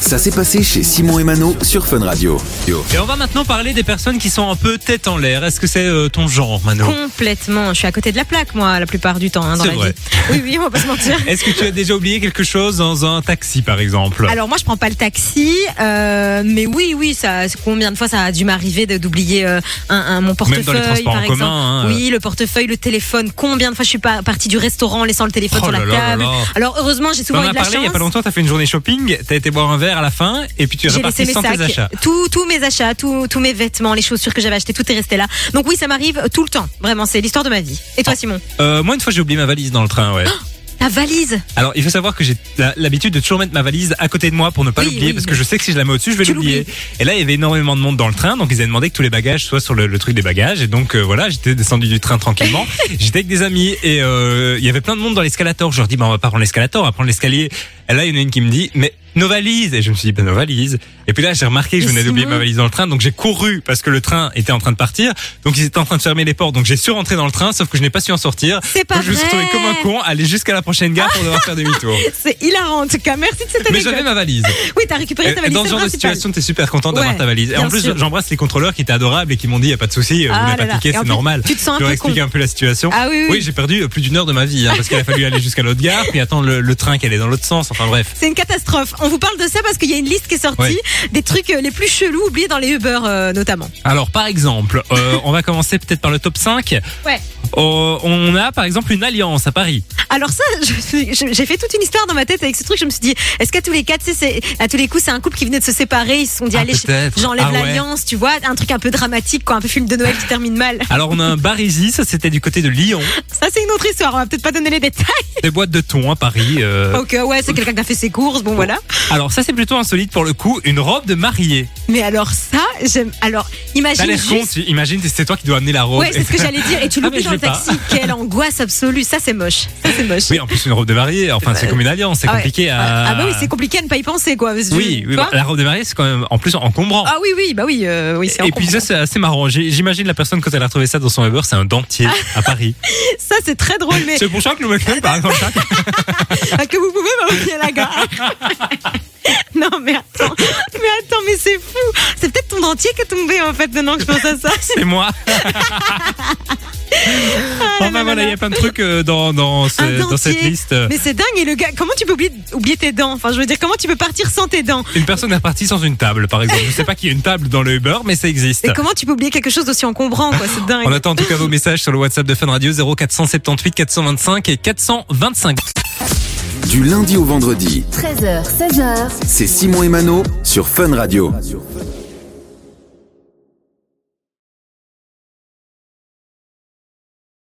Ça s'est passé chez Simon et Mano sur Fun Radio. Yo. Et on va maintenant parler des personnes qui sont un peu tête en l'air. Est-ce que c'est euh, ton genre, Mano Complètement. Je suis à côté de la plaque, moi, la plupart du temps, hein, dans C'est la vrai. vie. Oui, oui, on va pas se mentir. Est-ce que tu as déjà oublié quelque chose dans un taxi, par exemple Alors moi je prends pas le taxi, euh, mais oui oui ça combien de fois ça a dû m'arriver de- d'oublier euh, un, un- mon Même portefeuille dans les transports par en exemple. commun, hein, oui le portefeuille, le téléphone. Combien de fois je suis pas partie du restaurant en laissant le téléphone Oh sur la là là là table. là. Alors heureusement j'ai On souvent en eu a de la parlé il y a chance. pas longtemps, t'as fait une journée shopping, t'as été boire un verre à la fin, et puis tu es J'ai reparti laissé mes sans tes achats. sacs, tous tous mes achats, tous tous mes vêtements, les chaussures que j'avais achetées, tout est resté là. Donc oui, ça m'arrive euh, tout le temps. Vraiment, c'est l'histoire de ma vie. Et toi, Simon Euh, moi, une fois, j'ai oublié ma valise dans le train, ouais. La valise Alors, il faut savoir que j'ai la- l'habitude de toujours mettre ma valise à côté de moi pour ne pas Oui, l'oublier, oui. parce que je sais que si je la mets au-dessus, je vais Tu l'oublier. Et là, il y avait énormément de monde dans le train, donc ils avaient demandé que tous les bagages soient sur le, le truc des bagages. Et donc, euh, voilà, j'étais descendu du train tranquillement. j'étais avec des amis, et euh, il y avait plein de monde dans l'escalator. Je leur dis, bah, on va pas prendre l'escalator, on va prendre l'escalier. Et là, il y en a une qui me dit, mais nos valises Et je me suis dit, bah, nos valises. Et puis là, j'ai remarqué que je Mais venais d'oublier Simon. ma valise dans le train, donc j'ai couru parce que le train était en train de partir. Donc, ils étaient en train de fermer les portes. Donc, j'ai su rentrer dans le train, sauf que je n'ai pas su en sortir. C'est pas Donc, Je me suis retrouvé vrai. comme un con, aller jusqu'à la prochaine gare pour devoir faire demi-tour. C'est hilarant en tout cas. Merci de cette Mais anecdote. j'avais ma valise. Oui, t'as récupéré ta Et valise. dans ce c'est genre le de principal. situation, t'es super contente d'avoir Ouais, ta valise. Et en bien plus, sûr. j'embrasse les contrôleurs qui étaient adorables et qui m'ont dit, y a pas de souci, euh, vous Ah n'avez là pas là. piqué, Et en c'est plus, normal. tu te sens un Je leur peu ai expliqué un peu la situation. Ah oui, oui. j'ai perdu euh, plus d'une heure de ma vie, hein, parce qu'il a fallu aller jusqu'à l'autre gare, puis attendre le, le train qui allait dans l'autre sens. Enfin bref. C'est une catastrophe. On vous parle de ça parce qu'il y a une liste qui est sortie des trucs euh, les plus chelous oubliés dans les Uber euh, notamment. Alors, par exemple, euh, on va commencer peut-être par le top 5. Ouais. Euh, on a, par exemple, une alliance à Paris. Alors ça, je- je- j'ai fait toute une histoire dans ma tête avec ce truc. Je me suis dit, est-ce qu'à tous les quatre, tu sais, c'est à tous les coups, c'est un couple qui venait de se séparer, ils se sont dit, Ah, allez, je- peut-être. j'enlève Ah ouais. l'alliance, tu vois, un truc un peu dramatique, quoi, un peu film de Noël qui termine mal. Alors, on a un Barisi, ça c'était du côté de Lyon. Ça, c'est une autre histoire. On va peut-être pas donner les détails. Des boîtes de thon à Paris. euh. Donc euh, ouais, c'est quelqu'un qui a fait ses courses, bon voilà. Alors, ça c'est plutôt insolite pour le coup, une robe de mariée. Mais alors ça, j'aime. Alors imagine. T'as l'air juste- con, tu- imagine, c'est toi qui dois amener la robe. Ouais, c'est ce que j'allais dire. Et tu Oh. Ah, mais l'oublies je dans le l'ai pas. taxi. Quelle angoisse absolue. Ça, c'est moche. Ça, c'est moche. Oui, en plus une robe de mariée, enfin c'est comme une alliance, c'est Ah ouais. compliqué à... Ah bah oui, c'est compliqué à ne pas y penser, quoi. parce que- Oui, tu oui, vois bah, la robe de mariée c'est quand même en plus encombrant. Ah oui, oui, bah oui, euh, oui, c'est Et puis encombrant. ça c'est assez marrant. J'ai- J'imagine la personne quand elle a retrouvé ça dans son Uber, c'est un dentier à Paris. ça c'est très drôle, mais C'est pour ça que nous mettons par exemple. ça. que vous pouvez m'envoyer à la gare. non, mais attends, mais attends, mais c'est fou. C'est peut-être ton dentier qui est tombé en fait maintenant que je pense à ça. C'est moi. Ah là Bon ben là voilà, là. il y a plein de trucs euh, dans, dans, ce- Un dans cette dentier. liste. euh, Mais c'est dingue. Et le gars, comment tu peux oublier, oublier tes dents Enfin, je veux dire, comment tu peux partir sans tes dents Une personne est partie sans une table par exemple. Je sais pas qu'il y a une table dans le Uber, mais ça existe. Et comment tu peux oublier quelque chose d'aussi encombrant quoi C'est dingue. On attend en tout cas vos messages sur le WhatsApp de Fun Radio 0478 425 et 425. Du lundi au vendredi, 13h, 16h, c'est Simon et Mano sur Fun Radio.